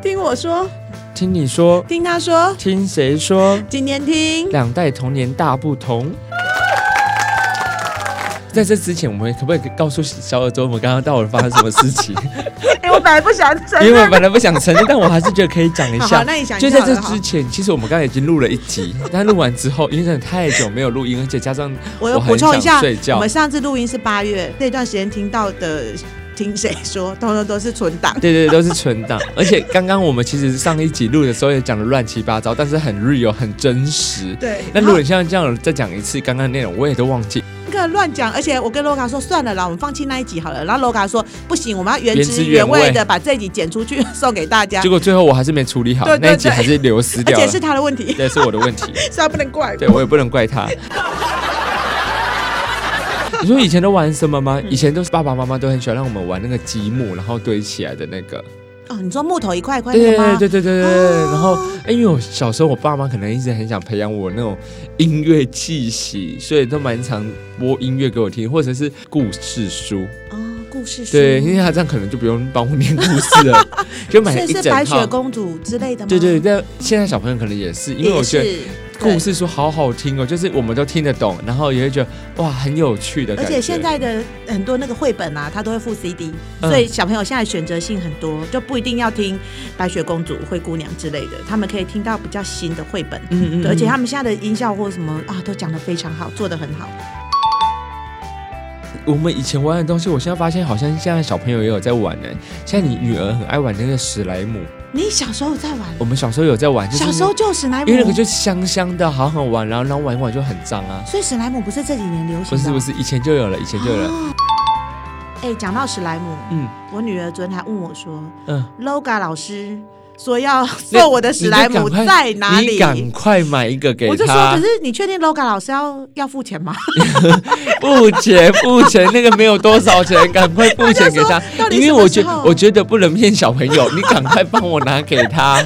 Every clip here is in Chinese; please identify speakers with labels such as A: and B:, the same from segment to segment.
A: 听我说，
B: 听你说，
A: 听他说，
B: 听谁说？
A: 今天听。
B: 两代童年大不同。在这之前，我们可不可以告诉小耳朵，我们刚刚到底发生什么事 情？
A: 哎、我本来不想承
B: 因为我本来不想承认，但我还是觉得可以讲一
A: 好
B: 下
A: 好，。那你想一
B: 就
A: 下
B: 在
A: 好
B: 这
A: 了好
B: 之前，其实我们刚才已经录了一集，但录完之后，因为真的太久没有录音，而且加上
A: 我又
B: 很
A: 补充一
B: 想
A: 下
B: 睡，觉
A: 我们上次录音是八月，那段时间听到的，听谁说，通通都是存档。
B: 对对对，都是存档。而且刚刚我们其实上一集录的时候也讲的乱七八糟，但是很 real，很真实。
A: 对，
B: 那
A: 然
B: 如
A: 后
B: 果你像这样再讲一次刚刚的内容，我也都忘记
A: 那个乱讲，而且我跟 LOGA 说算了啦，我们放弃那一集好了。然后 LOGA 说不行，我们要原
B: 原
A: 汁
B: 汁
A: 原
B: 原
A: 味
B: 味
A: 的把这一集剪出去送给大家
B: 结，果最后我还是没处理好，
A: 对对
B: 那一集
A: 对
B: 还是流失
A: 而
B: 掉
A: 且
B: 了。
A: 是他的问题，
B: 对，是我的问题，
A: 是他不能怪
B: 对
A: 我。
B: 我也不能怪他。你说以前都玩什么吗？以前都是爸爸妈妈都很喜欢让我们玩那个积木，然后堆起来的那个。
A: 哦，你说木头一块一块
B: 对
A: 的
B: 对
A: 吗？
B: 对对对对对。
A: 啊
B: 然后，哎因为我小时候我爸妈可能一直很想培养我那种音乐气息，所以都蛮常播音乐给我听，或者是故事书。
A: 哦，故事书，
B: 对，因为他这样可能就不用帮我念故事了，就买了
A: 是
B: 一
A: 是
B: 整
A: 白雪
B: 套。
A: 公主之类的吗？
B: 对对，对但现在小朋友可能也是，因为我觉得
A: 也是
B: 故。事书好好听哦，就是我们都听得懂，然后也会觉得哇很有趣的
A: 对而
B: 感觉。
A: 且现在的很多那个绘本啊，它都会附 CD，、
B: 嗯
A: 所以小朋友现在选择性很多，就不一定要听白雪公主、灰姑娘之类的，他们可以听到比较新的绘本。
B: 嗯，嗯
A: 对而且他们现在的音效或什么啊，都讲得非常好，做得很好。
B: 我们以前玩的东西，我现在发现好像现在小朋友也有在玩呢。现在你女儿很爱玩那个史莱姆，
A: 你小时候在玩，
B: 我们小时候有在玩，就是那
A: 小时候就史莱姆，
B: 因为那个就香香的，好好玩，然后然后玩一玩就很脏啊。
A: 所以史莱姆不是这几年流
B: 不
A: 行的
B: 是
A: 哦，
B: 不是，以前就有了，以前就有了。
A: 哦。哎、讲到史莱姆，
B: 嗯
A: 我女儿昨天还问我说
B: 嗯，
A: ，LOGA 老师说要做我的史莱姆
B: 你就赶快
A: 在哪
B: 你
A: 里？
B: 赶快买一个给
A: 我就说，
B: 他
A: 可，是你确定 LOGA 老师要要付钱 吗？
B: 付钱付钱，那个没有多少钱，赶快付钱给
A: 他 就说
B: 他
A: 到。底
B: 因为
A: 什么
B: 我
A: 时
B: 觉
A: 候
B: 我觉得不能骗小朋友，你赶快帮我拿给 他。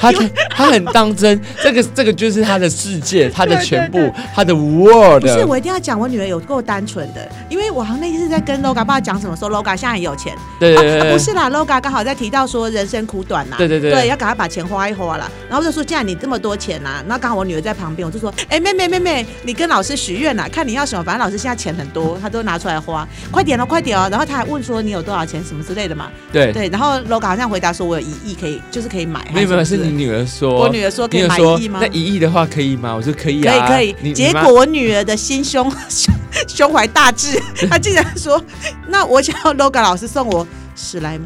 B: 他他很当真，这个这个就是他的世界，他的全部
A: 对对，
B: 他的 world
A: 不。是，我一定要讲我女儿有够单纯的，因为我好像那次在跟 LOGA 不知道讲什么，说 LOGA 现在很有钱，
B: 对对对
A: 啊
B: 对
A: 不是啦，LOGA 刚好在提到说人生苦短啦，
B: 对对对
A: 要赶快把钱花一花啦。然后就说，既然你这么多钱啦、那刚好我女儿在旁边，我就说，哎、妹妹妹妹，你跟老师许愿啦，看你要什么，反正老师现在钱很多，他都拿出来花，快点哦，快点哦。然后他还问说你有多少钱什么之类的嘛，
B: 对
A: 对。
B: 对，
A: 然后 LOGA 好像回答说我有一亿可以，就是可以买，
B: 没有没有，
A: 还什
B: 是
A: 么之类的
B: 你女儿说，
A: 我女儿说可
B: 你
A: 以
B: 有
A: 买
B: 说
A: 一亿吗
B: 那？一亿的话可以吗？我说可以
A: 可以
B: 啊，
A: 可
B: 你
A: 以，
B: 你
A: 结
B: 妈
A: 果我女儿的心胸 胸胸怀大 志，她竟然说：“那我想要 LOGA 老师送我史莱姆。”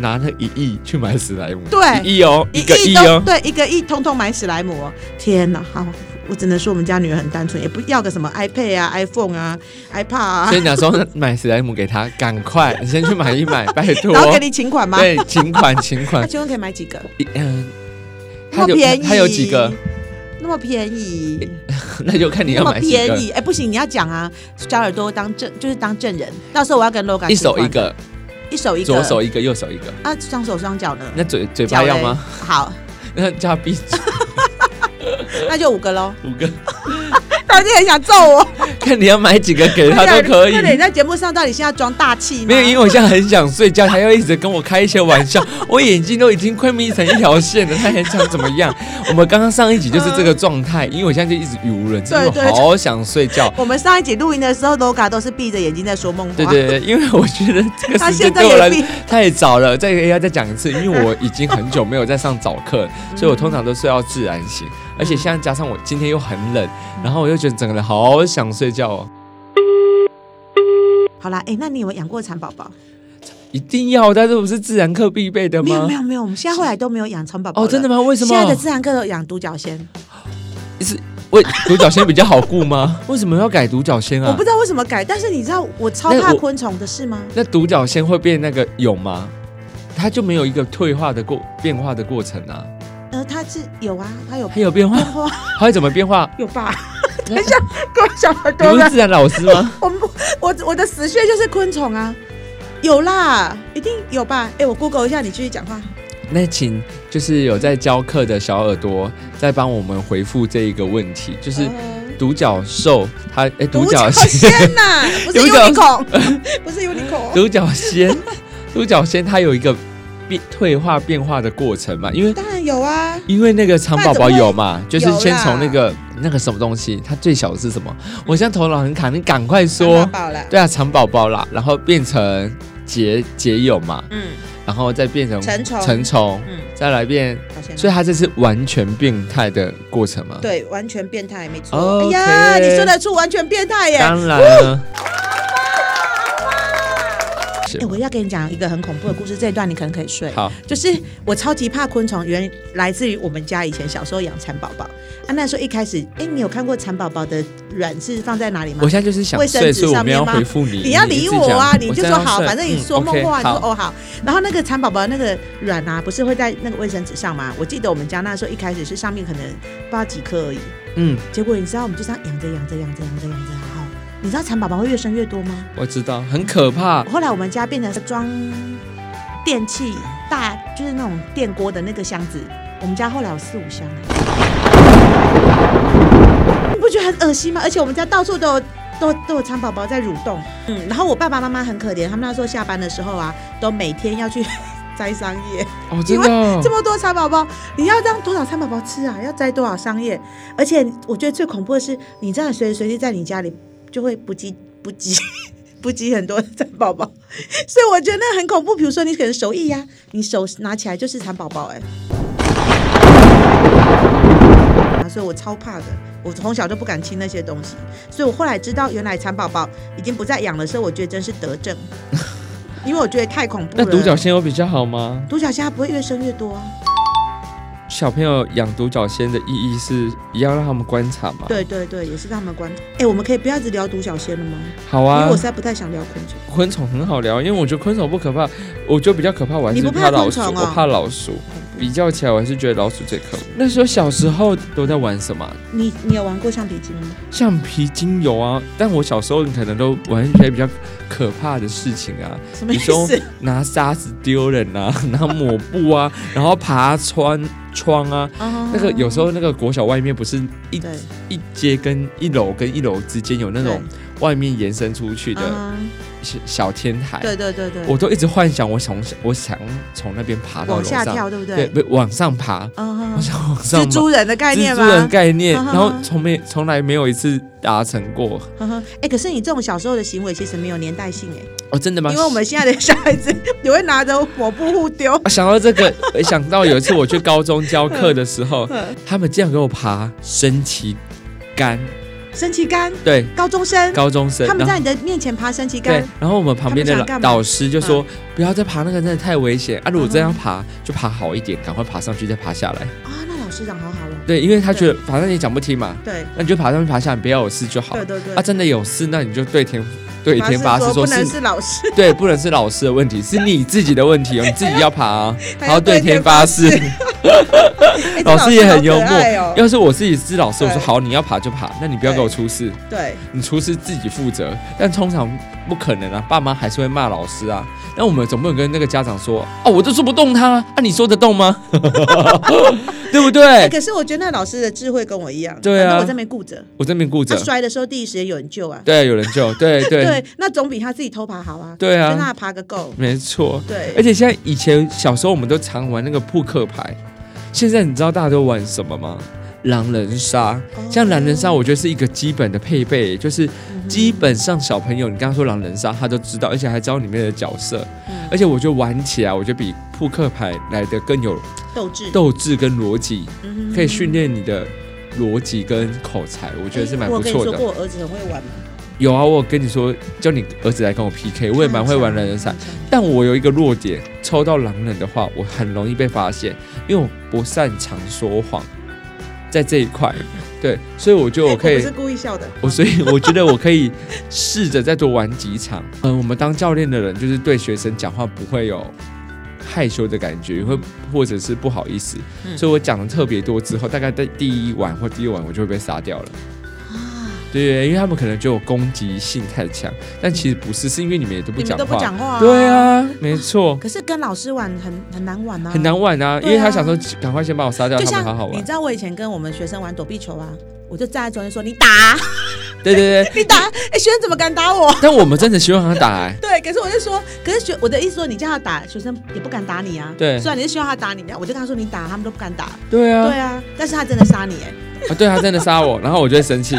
B: 拿那一亿去买史莱姆，
A: 对
B: 一亿哦，一个
A: 亿
B: 亿
A: 都
B: 哦，
A: 对，一个亿通通买史莱姆、哦。天哪，好，我只能说我们家女儿很单纯，也不要个什么 iPad 啊、iPhone 啊、iPad 啊
B: 所，以你要说买史莱姆给他，赶快，你先去买一 买，拜托。
A: 然后给你请款吗？
B: 对，请款，请
A: 那
B: 款。
A: 请问可以买几个？
B: 一嗯，
A: 那
B: 它
A: 么
B: 有
A: 便宜，
B: 它有几个？？
A: 那么便宜，
B: 那就看你
A: 那
B: 要
A: 么
B: 买几
A: 便
B: 个，
A: 宜，哎、不行，你要讲啊，小耳朵当证就是当证人，到时候我要跟 LOGA
B: 一手
A: 请
B: 一
A: 款，
B: 个，
A: 一手一个，
B: 左手一个，右手一个。
A: 啊，双手双脚呢？
B: 那嘴嘴
A: 脚
B: 巴
A: 嘞
B: 要 吗？？
A: 好，
B: 那加闭
A: 那就五个 喽。
B: 五个，
A: 他就很想揍我，
B: 看你要买几个给哎他都可以
A: 快。点，你在节目上到底现在装大气吗？
B: 没有，因为我现在很想睡觉，他又一直跟我开一些玩笑，我眼睛都已经快眯成一条线了。他很想怎么样？我们刚刚上一集就是这个状态，因为我现在就一直语无伦次，因为
A: 对对
B: 我好想睡觉。
A: 我们上一集录音的时候，LOGA 都是闭着眼睛在说梦话。
B: 对对 对，因为我觉得这个
A: 他
B: 时间
A: 现在
B: 对我来
A: 也闭，
B: 太早了，再要再讲一次，因为我已经很久没有在上早课，所以我通常都睡到自然醒，而且现在加上我今天又很冷，然后我又觉得整个人好想睡觉哦。
A: 好啦，哎、那你有没有养过蚕宝宝？
B: 一定要，但是不是自然课必备的
A: 没有
B: 吗
A: 没？有没有，我们现在后来都没有养蚕宝宝。
B: 哦，真的
A: 吗？
B: 吗？为什
A: 现在的
B: 么？
A: 自然课都养独角仙，
B: 是为独角仙比较好顾吗？ 为什么要改独角仙
A: 我
B: 啊
A: 不？知道为什么改，但是你知道我超
B: 那
A: 怕
B: 我
A: 昆虫的事吗？
B: 那独角仙会变那个蛹吗？它就没有一个退化的过变化的过程啊？
A: 呃，它是有啊，它有
B: 它有变化？
A: 变化，
B: 它会怎么变 化？
A: 有 吧？等一下，各位小耳
B: 你
A: 朵
B: 不是
A: 们，
B: 自然老师吗？
A: 我们我我的死穴就是昆虫啊，有啦，一定有吧？哎、我 Google 一下，你继续讲话。
B: 那请就是有在教课的小耳朵，再帮我们回复这一个问题，就是
A: 呃
B: 独角兽它哎
A: 独角
B: 角仙，
A: 仙呐、不是
B: 独角
A: unicorn，不是 unicorn，
B: 独角仙鹿角仙它有一个变退化变化的过程嘛，因为
A: 当然有啊，
B: 因为那个蚕宝宝有嘛，
A: 怎
B: 就
A: 么会
B: 是先从那个那个什么东西，它最小的是什么？我现在头脑很卡，你赶快
A: 妈
B: 说
A: 妈。饱了，
B: 对啊，蚕宝宝啦，然后变成结结蛹嘛，
A: 嗯
B: 然后再变成
A: 成虫
B: 成虫，
A: 嗯，
B: 再来变，
A: 好像
B: 所以它这是完全变态的过程嘛。，
A: 对，完全变态，没错。
B: OK
A: 哎呀，你说得出完全变态耶！哎、
B: 当然了。是
A: 我要跟你讲一个很恐怖的故事，这一段你可能可以睡。
B: 好，
A: 就是我超级怕昆虫，原来自于我们家以前小时候养蚕宝宝啊。那时候一开始，哎、你有看过蚕宝宝的卵是放在哪里吗
B: 我？现在就是想
A: 卫生
B: 睡，
A: 纸
B: 所以我
A: 上
B: 没
A: 面
B: 有
A: 吗
B: 回复你。
A: 你要理我啊！你
B: 一
A: 就
B: 直
A: 说
B: 讲我现在要
A: 好，
B: 睡
A: 反正你
B: 嗯
A: 说梦
B: OK，
A: 话，你
B: 好
A: 说哦好。然后那个蚕宝宝那个卵啊，不是会在那个卫生纸上吗？我记得我们家那时候一开始是上面可能不知道几颗而已，
B: 嗯，
A: 结果你知道我们就这样养着养着养着养着养着，然后你知道蚕宝宝会越生越多吗？
B: 我知道，很可怕。
A: 后来我们家变成装电器大，就是那种电锅的那个箱子。我们家后来有四五箱哎、你不觉得很恶心吗？而且我们家到处都有。都都有蚕宝宝在蠕动，嗯，然后我爸爸妈妈很可怜，他们那时候下班的时候啊，都每天要去 摘桑叶，
B: 哦，真的哦
A: 这么多蚕宝宝，你要让多少蚕宝宝吃啊？要摘多少桑叶？而且我觉得最恐怖的是，你这样随时随地在你家里就会不积 不积不积很多蚕宝 宝，所以我觉得那很恐怖。比如说你可能手艺呀、啊你手拿起来就是蚕宝宝哎、啊所以我超怕的，我从小就不敢亲那些东西。所以我后来知道，原来蚕宝宝已经不再养的时候，我觉得真是得症， 因为我觉得太恐怖
B: 那
A: 了。
B: 独角仙有比较好吗？
A: 独角仙它不会越生越多啊。
B: 小朋友养独角仙的意义是一样让他们观察嘛？，
A: 对对对，也是让他们关注。哎、我们可以不要一直聊独角仙了吗？
B: 好
A: 因
B: 啊
A: 为我。实在不太想聊昆虫。
B: 昆虫很好聊，因为我觉得昆虫不可怕，我觉得比较可怕，我还
A: 你
B: 是
A: 不怕
B: 老
A: 昆
B: 鼠，
A: 虫哦
B: 我怕老鼠。比较起来，我还是觉得老鼠最可恶。那时候小时候都在玩什么啊？
A: 你你有玩过橡皮筋吗？
B: 橡皮筋油啊，但我小时候可能都玩一些比较可怕的事情啊，
A: 什么意
B: 你说
A: 思？
B: 拿沙子丢人啊， 拿抹布啊， 然后爬穿窗啊。
A: 哦
B: 那个有时候那个国小外面不是一
A: 对
B: 一阶跟一楼跟一楼之间有那种外面延伸出去
A: 对
B: 的
A: 啊
B: 小小天台，
A: 对对对对，
B: 我都一直幻想我从我想从那边爬到楼
A: 往下
B: 上，
A: 跳，对不
B: 对，哦
A: 对？
B: 不往上爬，
A: 啊
B: 我，想往上爬
A: 蜘蛛人的概念
B: 蜘
A: 吗？
B: 蛛人概念，
A: 啊哈
B: 然
A: 哈
B: 后从没从来没有一次达成过。
A: 呵呵，哎、可是你这种小时候的行为其实没有年代性哎，
B: 哦，真的吗？
A: 因为我们现在的小孩子 也会拿着抹布互丢。
B: 啊想到这个，我想到有一次我去高中教课的时 候，
A: 嗯
B: 他们竟然给我爬升旗杆，
A: 升旗杆，
B: 对，
A: 高中生，
B: 高中生，
A: 他们
B: 然后
A: 在你的面前爬升旗
B: 对
A: 杆，，
B: 然后我们旁边的
A: 他们想
B: 老
A: 干嘛嗯
B: 导师就说：“不要再爬那个，真的太危险啊！如果真要爬，就爬好一点，赶快爬上去再爬下来。
A: 啊、那老师长好好哦”。
B: 对，因为他觉得反正你讲不听嘛，
A: 对
B: 那你就爬上去爬下来，不要有事就好
A: 对。对对，
B: 啊，真的有事，那你就对天对天发誓
A: 不
B: 说
A: 能
B: 是，
A: 是老师。
B: 对，不能是老师的问题，是你自己的问题哦，你自己要爬啊，
A: 还
B: 然
A: 要
B: 后对天发誓。
A: 哎这
B: 老师也很幽默
A: 好可爱哦
B: 要是我自己是老师，我说
A: 对
B: 好，你要爬就爬，那你不要给我出事，
A: 对，
B: 你出事自己负责。但通常不可能啊，爸妈还是会骂老师啊。那我们总不能跟那个家长说，哦，我就说不动他，啊，你说得动 吗？对不
A: 哎
B: 对？
A: 可是我觉得那老师的智慧跟我一样，
B: 对啊
A: 反正我这边顾着，
B: 我这边顾
A: 他
B: 着，
A: 摔的时候第一时间有人救啊，
B: 对，有人救，对对
A: 对，那总比他自己偷爬好啊，
B: 对
A: 就让
B: 啊，
A: 他爬个够，
B: 没错。
A: 对，
B: 而且现在以前小时候我们都常玩那个扑克牌，现在你知道大家都玩什么吗？狼人杀，
A: 哦
B: 像狼人杀，我觉得是一个基本的配备，就是
A: 嗯
B: 基本上小朋友，你刚刚说狼人杀，他都知道，而且还知道里面的角色，
A: 嗯
B: 而且我觉得玩起来，我觉得比扑克牌来的更有
A: 斗志，
B: 斗志跟逻辑，
A: 嗯哼
B: 可以训练你的逻辑跟口才，我觉得是蛮不
A: 哎我
B: 错
A: 跟你说
B: 的。
A: 过我儿子很会玩嘛，
B: 有啊，我有跟你说，叫你儿子来跟我 PK，我也蛮会玩狼人杀，但我有一个弱点，抽到狼人的话，我很容易被发现，因为我不擅长说谎，在这一块，对，所以我觉得我可
A: 哎我
B: 以哎
A: 不是，故意笑的，
B: 我所以我觉得我可以试着再多玩几场。 嗯，我们当教练的人就是对学生讲话不会有害羞的感觉，会或者是不好意思，
A: 嗯
B: 所以我讲的特别多之后，大概在第一晚或第二晚我就会被杀掉了。
A: 啊，
B: 对，因为他们可能觉得我攻击性太强，但其实不是，是因为你们也都不
A: 你
B: 讲
A: 们都不
B: 话。
A: 讲话，
B: 对，啊，没错。
A: 可是跟老师玩很很难玩啊，
B: 很难玩啊，因
A: 对啊
B: 为他想说赶快先把我杀掉，
A: 就
B: 他
A: 像
B: 们好好
A: 你
B: 玩
A: 知。道我以前跟我们学生玩躲避球啊，我就站在中间说你打，
B: 对对对，
A: 你 打，哎、学生怎么敢打我？
B: 但我们真的希望他打、欸，
A: 对，可是我就说，可是学我的意思说，你叫他打，学生也不敢打你啊。
B: 对
A: 虽然你是希望他打你，我就跟他说你打，他们都不敢打。
B: 对啊，
A: 对啊，但是他真的杀你哎。
B: 啊对他真的杀我，然后我就会生气。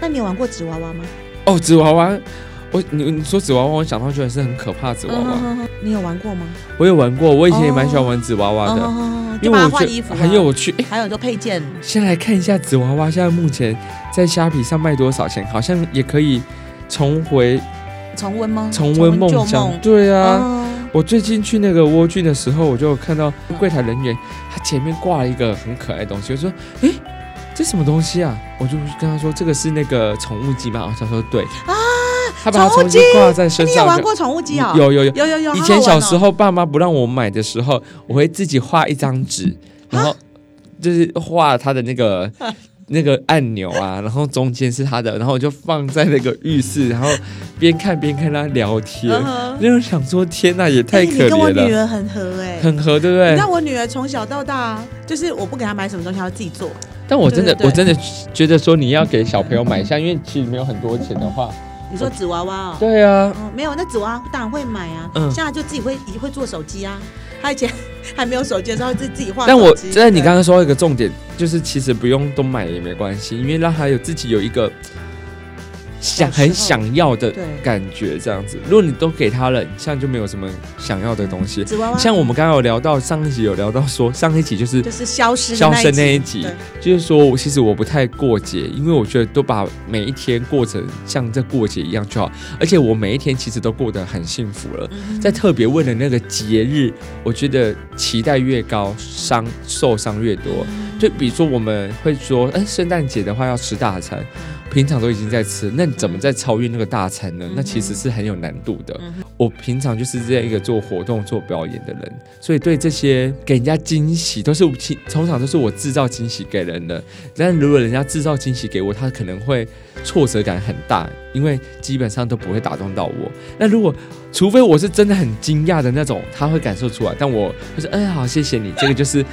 A: 那你有玩过纸娃娃吗？
B: 哦，纸娃娃，我你你说纸娃娃，我想到居然是很可怕的纸娃娃。
A: 嗯哼哼哼你有玩过吗？
B: 我有玩过，我以前也蛮喜欢玩纸娃娃的，
A: 哦，
B: 因
A: 就
B: 为
A: 把
B: 我
A: 它
B: 觉
A: 换衣服
B: 得
A: 啊，
B: 很有趣。哎、
A: 还有很多配件。
B: 先来看一下纸娃娃现在目前在虾皮上卖多少钱，好像也可以重回
A: 重温吗？
B: 重温梦
A: 旧
B: 想。对啊。
A: 哦
B: 我最近去那个蜗居的时候，我就有看到柜台人员，他前面挂了一个很可爱的东西，我说：“诶，这什么东西啊？”我就跟他说：“这个是那个宠物鸡嘛。”他说：“对啊。”他把他
A: 宠物
B: 宠物鸡挂在身
A: 你
B: 上
A: 有
B: 就，
A: 玩过宠物机啊？
B: 有有有。
A: 有有有，
B: 以
A: 好好
B: 前
A: 玩
B: 小
A: 哦
B: 时候爸妈不让我买的时候，我会自己画一张纸，然后就是画它的那个 那个按钮啊，然后中间是它的，然后我就放在那个浴室，然后边看边跟它聊天。
A: 嗯哼
B: 那种想说，天哪，也太
A: 哎
B: 可
A: 你跟我
B: 怜
A: 女
B: 了，
A: 儿很合哎。
B: 很合，对不
A: 你知
B: 对
A: 道？我女儿从小到大，就是我不给她买什么东西，她要自己做。
B: 但我真的，
A: 对对
B: 我真的觉得说，你要给小朋友买一下，因为其实没有很多钱的话，
A: 你说纸娃娃哦？
B: 对啊，
A: 哦，没有，那纸娃娃当然会买啊，
B: 嗯
A: 像他就自己会也会做手机啊，他以前 还没有手机的时候，自己自己画手机。
B: 但我但你
A: 对
B: 刚刚说到一个重点，就是其实不用都买也没关系，因为让他有自己有一个想
A: 小时候
B: 很想要的
A: 对
B: 感觉，这样子。如果你都给他了，这样就没有什么想要的东西。
A: 纸娃娃
B: 像我们刚刚有聊到上一集有聊到说，上一集就是
A: 就是消失的
B: 消声
A: 那
B: 那
A: 一
B: 一
A: 集
B: 集
A: 对，
B: 就是说我其实我不太过节，因为我觉得都把每一天过成像在过节一样就好，而且我每一天其实都过得很幸福了。
A: 嗯
B: 在特别为了那个节日，我觉得期待越高，伤受伤越多。
A: 嗯
B: 就比如说我们会说，哎、圣诞节的话要吃大餐，平常都已经在吃，那你怎么再超越那个大餐呢
A: 嗯？哼
B: 那其实是很有难度的
A: 嗯。
B: 我平常就是这样一个做活动、做表演的人，所以对这些给人家惊喜都是我其通常都是我制造惊喜给人的。但如果人家制造惊喜给我，他可能会挫折感很大，因为基本上都不会打动到我。那如果除非我是真的很惊讶的那种，他会感受出来，但我就是哎好谢谢你，这个就是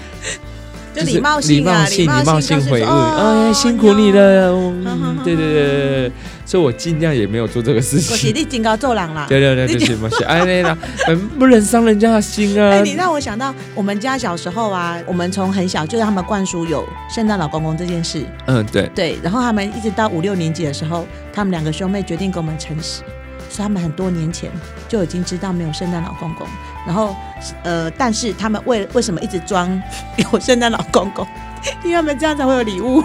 A: 就礼貌性
B: 礼貌
A: 啊，
B: 性、礼
A: 礼
B: 貌
A: 貌
B: 性
A: 就是
B: 回应，
A: 说哦
B: 哎，辛苦你。了，
A: 好好
B: 嗯
A: 好
B: 对对对对对，所以我尽量也没有做这个事
A: 我是
B: 情。
A: 你警告做人啦。
B: 对对对对，对不起，哎那啦，嗯不能伤人家的心
A: 哎，
B: 啊。
A: 你让我想到我们家小时候啊，我们从很小就让他们灌输有圣诞老公公这件事，
B: 嗯，对，
A: 对，然后他们一直到五六年级的时候，他们两个兄妹决定跟我们诚实，所以他们很多年前就已经知道没有圣诞老公公。然后，呃，但是他们为为什么一直装有圣诞老公公？因为他们这样才会有礼物。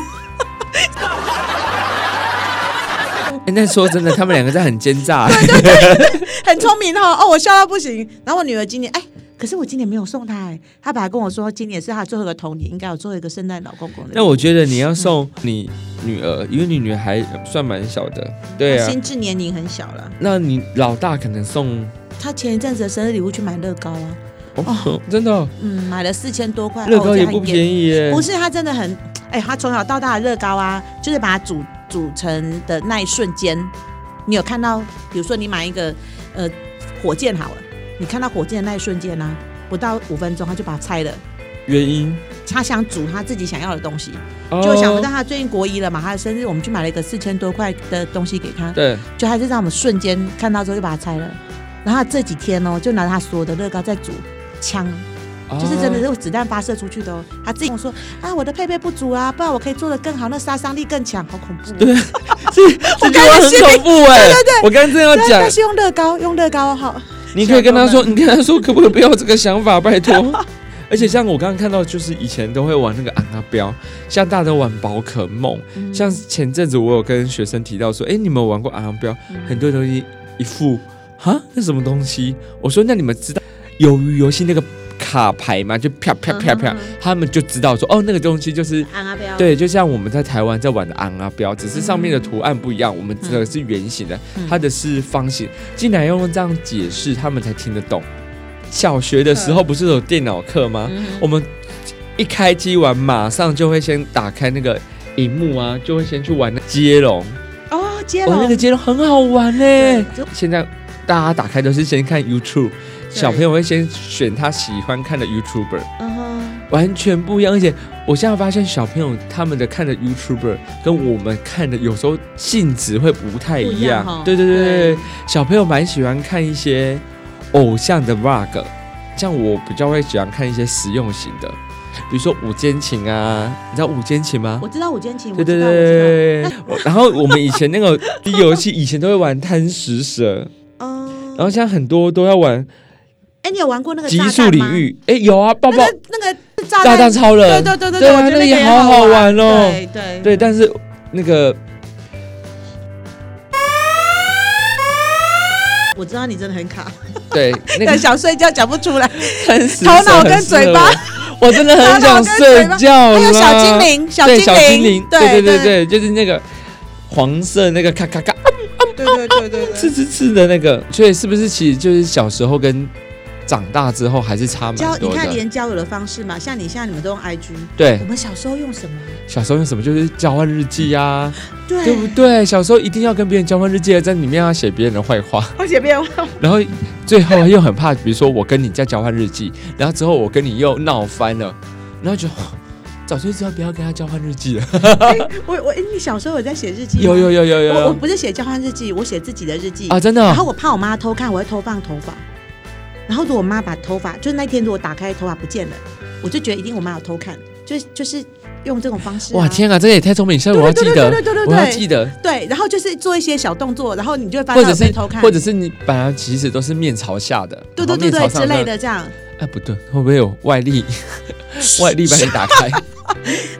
B: 哎，那说真的，他们两个在很奸诈。
A: 很聪明哈、哦， 我笑到不行。然后我女儿今年，哎，可是我今年没有送她，哎，她本来跟我说今年是她最后一个童年，应该有做一个圣诞老公公的礼物。
B: 那我觉得你要送你女儿，因为你女儿还算蛮小的，对啊。
A: 心智年龄很小了，
B: 那你老大可能送
A: 她前一阵子的生日礼物去买乐高啊，
B: 哦，真的哦
A: 嗯，买了四千多块，
B: 乐高也不
A: 宜。
B: 便宜啊耶
A: 不。是，他真的很，哎、他从小到大的乐高啊，就是把它组组成的那一瞬间，你有看到，比如说你买一个呃火箭好了，你看到火箭的那一瞬间呢、啊，不到五分钟他就把它拆了。
B: 原因
A: 他想组他自己想要的东西，
B: 就
A: 就想不到他最近国一了嘛，他的生日我们去买了一个四千多块的东西给他，
B: 对，
A: 就还是让我们瞬间看到之后就把它拆了。然后他这几天哦，就拿他所有的乐高在组枪，就是真的
B: 哦
A: 是子弹发射出去的哦。他自己跟我说啊，我的配备不足啊，不然我可以做的更好，那杀伤力更强，好恐怖、哦。对
B: 这句话很恐怖哎、对对对，我刚刚正要讲
A: 但，是用乐高，用乐高哦好，
B: 你可以跟他说，你跟他说，可不可以不要这个想法，拜 托。而且像我刚刚看到，就是以前都会玩那个昂阿标，像大家都玩宝可梦，
A: 嗯
B: 像前阵子我有跟学生提到说，哎、你们有玩过昂阿标？很多东西一副哈，那什么东西？我说那你们知道鱿鱼游戏那个卡牌吗？就啪啪啪啪
A: 嗯嗯啊嗯，
B: 他们就知道说，哦，那个东西就是
A: 安阿彪，
B: 对，就像我们在台湾在玩的昂啊标，只是上面的图案不一样，我们这个是圆形的，
A: 嗯
B: 它的是方形，竟然要用这样解释，他们才听得懂。小学的时候不是有电脑课吗？
A: 嗯，
B: 啊我们一开机完，马上就会先打开那个荧幕啊，就会先去玩那接龙，
A: 哦，接
B: 哇、
A: 龙，
B: 那个接龙很好玩呢、
A: 对就
B: 现在大家打开都是先看 YouTube，小朋友会先选他喜欢看的 YouTuber。
A: 嗯哼
B: 完全不一样。而且我现在发现小朋友他们的看的 YouTuber 跟我们看的有时候性质会不太
A: 不
B: 哎一
A: 一样
B: 样。
A: 哈
B: 对对对对，
A: 对
B: 小朋友蛮喜欢看一些偶像的 Vlog，像我比较会喜欢看一些实用型的，比如说午间情啊，你知道午间情吗
A: 我？知道五间情，我
B: 对对
A: 知道，我知
B: 对，我然后我们以前那个 游戏，以前都会玩贪食蛇，
A: 道。嗯，
B: 然后现在很多都要玩
A: 哎，你有玩过那个
B: 极
A: 炸
B: 速
A: 弹
B: 领
A: 吗？
B: 域。哎，有啊，抱抱
A: 那个那个炸
B: 炸弹
A: 弹，
B: 超人，
A: 对对对对
B: 对
A: 对，
B: 啊
A: 我觉得
B: 那个也
A: 也
B: 好好
A: 好
B: 玩哦
A: 对对
B: 对，但是那个
A: 我知道你真的很卡，
B: 对那
A: 但
B: 个
A: 想睡觉讲不出来。
B: 贪食
A: 头脑
B: 蛇
A: 跟
B: 很适合
A: 嘴巴
B: 我，我真的很想睡觉
A: 还
B: 了。
A: 有小精，灵，小
B: 哦对
A: 精
B: 小精灵，对
A: 对
B: 对对，就是那个黄色那个咔咔咔
A: 对对对对
B: 刺刺刺的那个，所以是不是其实就是小时候跟长大之后还是差
A: 交
B: 蛮
A: 你
B: 多
A: 看
B: 的？
A: 连交友的方式嘛，像你现在你们都用 IG，
B: 对
A: 我，们小时候用什么？
B: 小时候用什么就是交换日记呀、啊，
A: 对
B: 对不对？小时候一定要跟别人交换日记，啊在里面要写别人的坏话。
A: 而且
B: 哦
A: 变
B: 然后最后又很怕，比如说我跟你在交换日记，然后之后我跟你又闹翻了，然后就、 哦早就知道不要跟他交换日记了。
A: 我我哎你小 时候有在写日记吗？
B: 有有有有有
A: 我我
B: 有
A: 不是写交换日记，我写自己的日记
B: 啊，真的
A: 然后
B: 哦、
A: 我怕我妈偷看，我会偷放头发。然后如果我妈把头发，就是那天如果打开头发不见了，我就觉得一定我妈有偷看，就就是用这种方式、啊。
B: 哇！天啊，这也太聪明，现在
A: 对！
B: 我要
A: 对
B: 记
A: 对对
B: 得，
A: 对对对
B: 我要
A: 对
B: 记得，
A: 对，然后就是做一些小动作，然后你就会发
B: 或
A: 现
B: 者
A: 有被
B: 是
A: 偷看，
B: 或者是你本来其实都是面朝下的，
A: 对对
B: 然
A: 对
B: 后面
A: 对
B: 朝上
A: 之类。的这样。
B: 哎，不对，会不会有 外力？外力把你打开？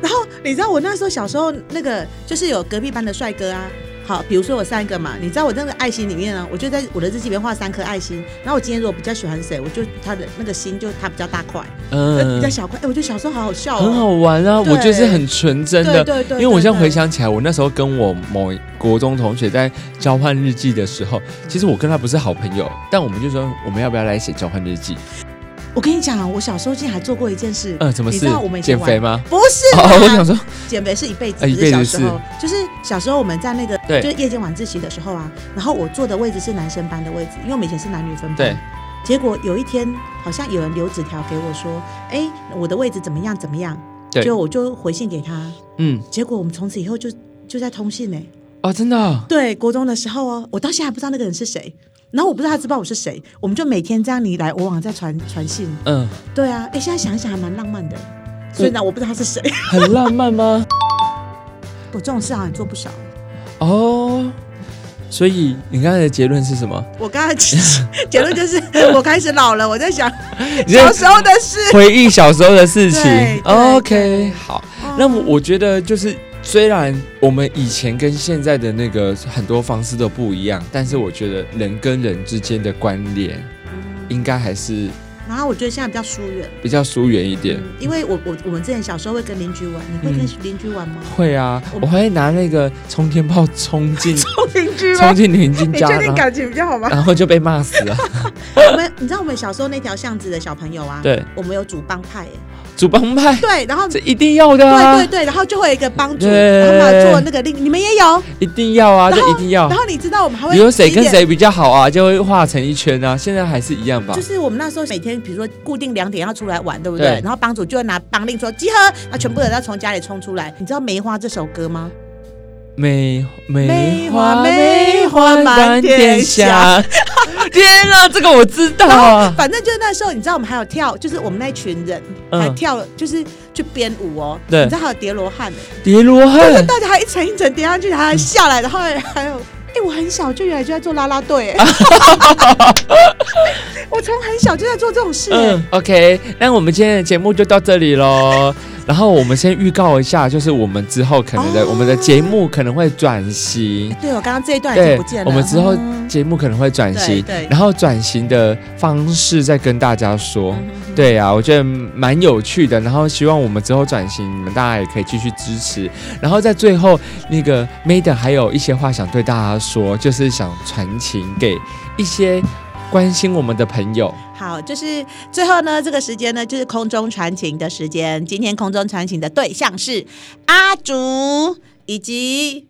A: 然后你知道我那时候小时候那个就是有隔壁班的帅哥啊，好，比如说有三个嘛，你知道我那个爱心里面呢，我就在我的日记里面画三颗爱心，然后我今天如果比较喜欢谁，我就他的那个心就他比较大块，呃比
B: 嗯
A: 较，小块，哎，我觉得小时候好好笑哦，
B: 很好玩啊！
A: 对
B: 我就是很纯真的
A: 对，对对，
B: 因为我现在
A: 对
B: 回，想起来，我那时候跟我某国中同学在交换日记的时候，其实我跟他不是好朋友，但我们就说我们要不要来写交换日记？
A: 对我跟你讲啊，我小时候竟然还做过一件事，
B: 呃，什么
A: 你知
B: 事
A: 道我们？以前
B: 减
A: 玩
B: 肥吗？
A: 不是
B: 哦
A: 啦，，
B: 我想说，
A: 减肥是一辈子，不
B: 啊一辈
A: 是
B: 子
A: 小时候，就是小时候我们在那个
B: 对
A: 就是夜间晚自习的时候啊，然后我坐的位置是男生班的位置，因为我们以前是男女分班。
B: 对。
A: 结果有一天，好像有人留纸条给我说：“哎，我的位置怎么样怎么样？”
B: 对
A: 就我就回信给他。
B: 嗯，
A: 结果我们从此以后就就在通信呢、
B: 哦，真的哦，
A: 对，国中的时候哦，我到现在还不知道那个人是谁，然后我不知道他知不知道我是谁，我们就每天这样你来我往在传传信。
B: 嗯，
A: 对啊，哎，现在想一想还蛮浪漫的。虽然我不知道他是谁，
B: 很浪漫吗？
A: 我这种事好像也做不少。
B: 哦，所以你刚才的结论是什么？
A: 我刚才其实结论 就是我开始老了，我在想
B: 你在
A: 小时候的事。
B: 回忆小时候的事情
A: 对对。
B: OK，
A: 对
B: 好。那我我觉得就是，虽然我们以前跟现在的那个很多方式都不一样，但是我觉得人跟人之间的关联
A: 嗯
B: 应该还是
A: 然后我觉得现在比较疏远，
B: 比较疏远一点。
A: 嗯因为我我我们之前小时候会跟邻居玩，你会跟邻居玩吗？
B: 会啊，
A: 我
B: 我会拿那个冲天炮 冲进
A: 邻居
B: 冲？进邻居
A: 你
B: 家，
A: 确
B: 然
A: 定
B: 后
A: 感情比较 好吗？
B: 然后就被骂 死了。
A: 我们你知道我们小时候那条巷子的小朋友啊，
B: 对，
A: 我们有主帮派耶，
B: 主帮派
A: 对，然后
B: 这一定要的啊
A: 对对，对，然后就会有一个帮主，
B: 对
A: 然后嘛做那个另你们也有，
B: 一定要啊，
A: 然
B: 这
A: 后
B: 一定要
A: 然。后你知道我们还会
B: 有谁跟
A: 几点
B: 谁比较好啊，就会画成一圈啊。现在还是一样吧
A: 就。是我们那时候每天，比如说固定两点要出来玩，对不对？
B: 对
A: 然后帮主就会拿帮令说集合，那全部人要从家里冲出来。你知道《梅花》这首歌吗？
B: 梅梅
A: 梅
B: 花
A: 花
B: 梅
A: 梅
B: 花
A: 花
B: 满
A: 满
B: 天
A: 天
B: 下
A: 下。
B: 天啊，这个我知道 啊。
A: 反正就是那时候，你知道我们还有跳，就是我们那一群人
B: 嗯
A: 还跳，就是去编舞哦。
B: 对
A: 你知道还有叠罗汉，哎
B: 叠罗
A: 就是
B: 汉，
A: 大家还一层一层叠上去，还下来，然后还有。哎、我很小就原来就在做啦啦队， 哎我从很小就在做这种事，哎
B: 嗯，OK，那我们今天的节目就到这里喽。然后我们先预告一下，就是我们之后可能的，
A: 哦
B: 我们的节目可能会转型。
A: 对，我刚刚这一段已经
B: 对
A: 不见，了。
B: 我们之后
A: 嗯
B: 节目可能会转型
A: 对对，
B: 然后转型的方式再跟大家说。对啊，我觉得蛮有趣的。然后希望我们之后转型，你们大家也可以继续支持。然后在最后，那个 Maiden 还有一些话想对大家说，就是想传情给一些关心我们的朋友。
A: 好，就是最后呢，这个时间呢，就是空中传情的时间。今天空中传情的对象是阿竹以及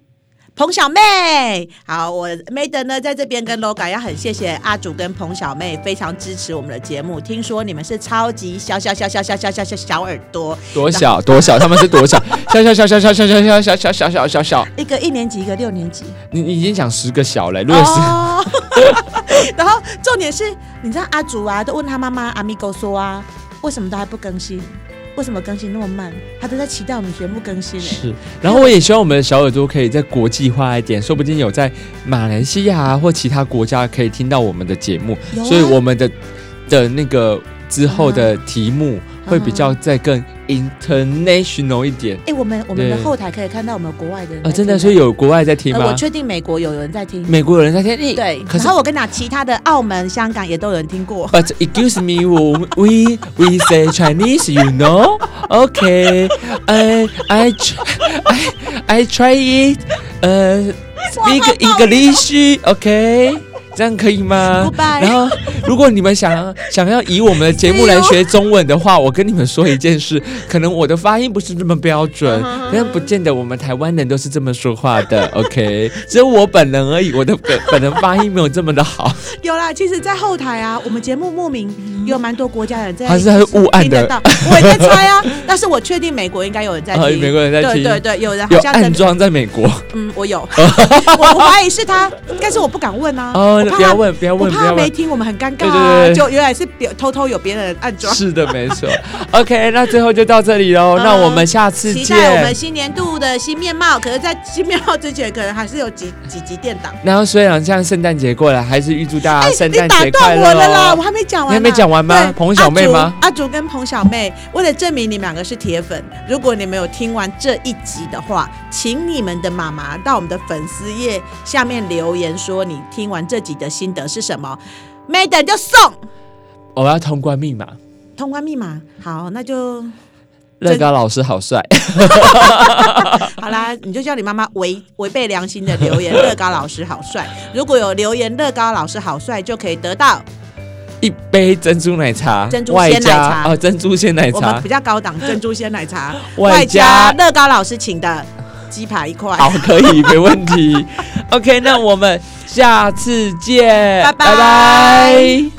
A: 彭小妹。好，我 Maiden 呢在这边跟 LOGA 要很谢谢阿主跟彭小妹，非常支持我们的节目。听说你们是超级小小小小小小小小小耳朵，
B: 多小多小，他们是多小，小小小小小小小小小小小小小小，
A: 一个一年级，一个六年级。
B: 你你已经讲十个小了，如果是
A: 哦、 然后重点是，你知道阿竹啊，都问他妈妈阿咪狗说啊，为什么都还不更新？为什么更新那么慢？他都在期待我们节目更新呢、欸
B: 是，然后我也希望我们的小耳朵可以在国际化一点，说不定有在马来西亚、啊、或其他国家可以听到我们的节目，
A: 有啊
B: 所以我们的的那个之后的题目会比较再更
A: 嗯
B: international 一点。
A: 哎、我们我们的
B: 对
A: 后台可以看到我们国外的人在
B: 啊，真的，
A: 听
B: 所以有国外在听
A: 呃我
B: 吗？
A: 确定美国有人在听，
B: 美国有人在听，诶
A: 对。
B: 可
A: 然
B: 是
A: 后我跟你讲，其他的澳门、香港也都有人听过。
B: But excuse me, we we we say Chinese, you know? Okay, I I tr- I I try it. 呃、speak English, OK？这样可以吗
A: Goodbye
B: 然后，如果你们想想要以我们的节目来学中文的话，我跟你们说一件事，可能我的发音不是这么标准，但不见得我们台湾人都是这么说话的，OK？只有我本人而已，我的本本人发音没有这么的好。
A: 有啦，其实，在后台啊，我们节目莫名也有蛮多国家人在，
B: 嗯还是还是误按的
A: 听得到，我也在猜啊。 但是我确定美国应该有人在
B: 啊
A: 听，
B: 美国人在听
A: 对对对，有人
B: 有
A: 好像在
B: 暗装在美国。
A: 嗯，我 有，我怀疑是他，但是我不敢问啊。
B: 哦
A: 我，怕
B: 不要
A: 他，
B: 问，不要
A: 我
B: 问，不
A: 怕他
B: 要
A: 没
B: 问。
A: 听，我们很尴尬
B: 对
A: 啊。
B: 对对
A: 就原来是别偷偷有别人暗装。
B: 是的，没错。OK，那最后就到这里喽，
A: 嗯
B: 那我们下次
A: 期待我们
B: 见。
A: 新年度的新面貌，可是，在新面貌之前，可能还是有几几集电档。
B: 然后虽然像圣诞节过了，还是预祝大家圣
A: 哎你
B: 诞
A: 打
B: 节快
A: 断我
B: 乐
A: 了啦，我
B: 哦。
A: 还没讲完、啊
B: 你还没讲完吗
A: 对
B: 彭小妹吗
A: 阿竹？阿竹跟彭小妹，为了证明你们两个是铁粉，如果你们有听完这一集的话，请你们的妈妈到我们的粉丝页下面留言说你听完这集的心得是什么，没等就送
B: 我要通关密码。
A: 通关密码。好，那就
B: 乐高老师好帅，
A: 好啦，你就叫你妈妈违违背良心的留言。乐高老师好帅，如果有留言乐高老师好帅，就可以得到
B: 一杯珍珠奶茶，
A: 珍珠
B: 外
A: 鲜奶
B: 加
A: 茶
B: 哦珍珠鲜奶
A: 我们
B: 茶
A: 比，较高档珍珠鲜奶茶。
B: 外加
A: 乐高老师请的鸡排一块。
B: 好可以，没问题。OK，那我们下次见，
A: 拜拜
B: 拜拜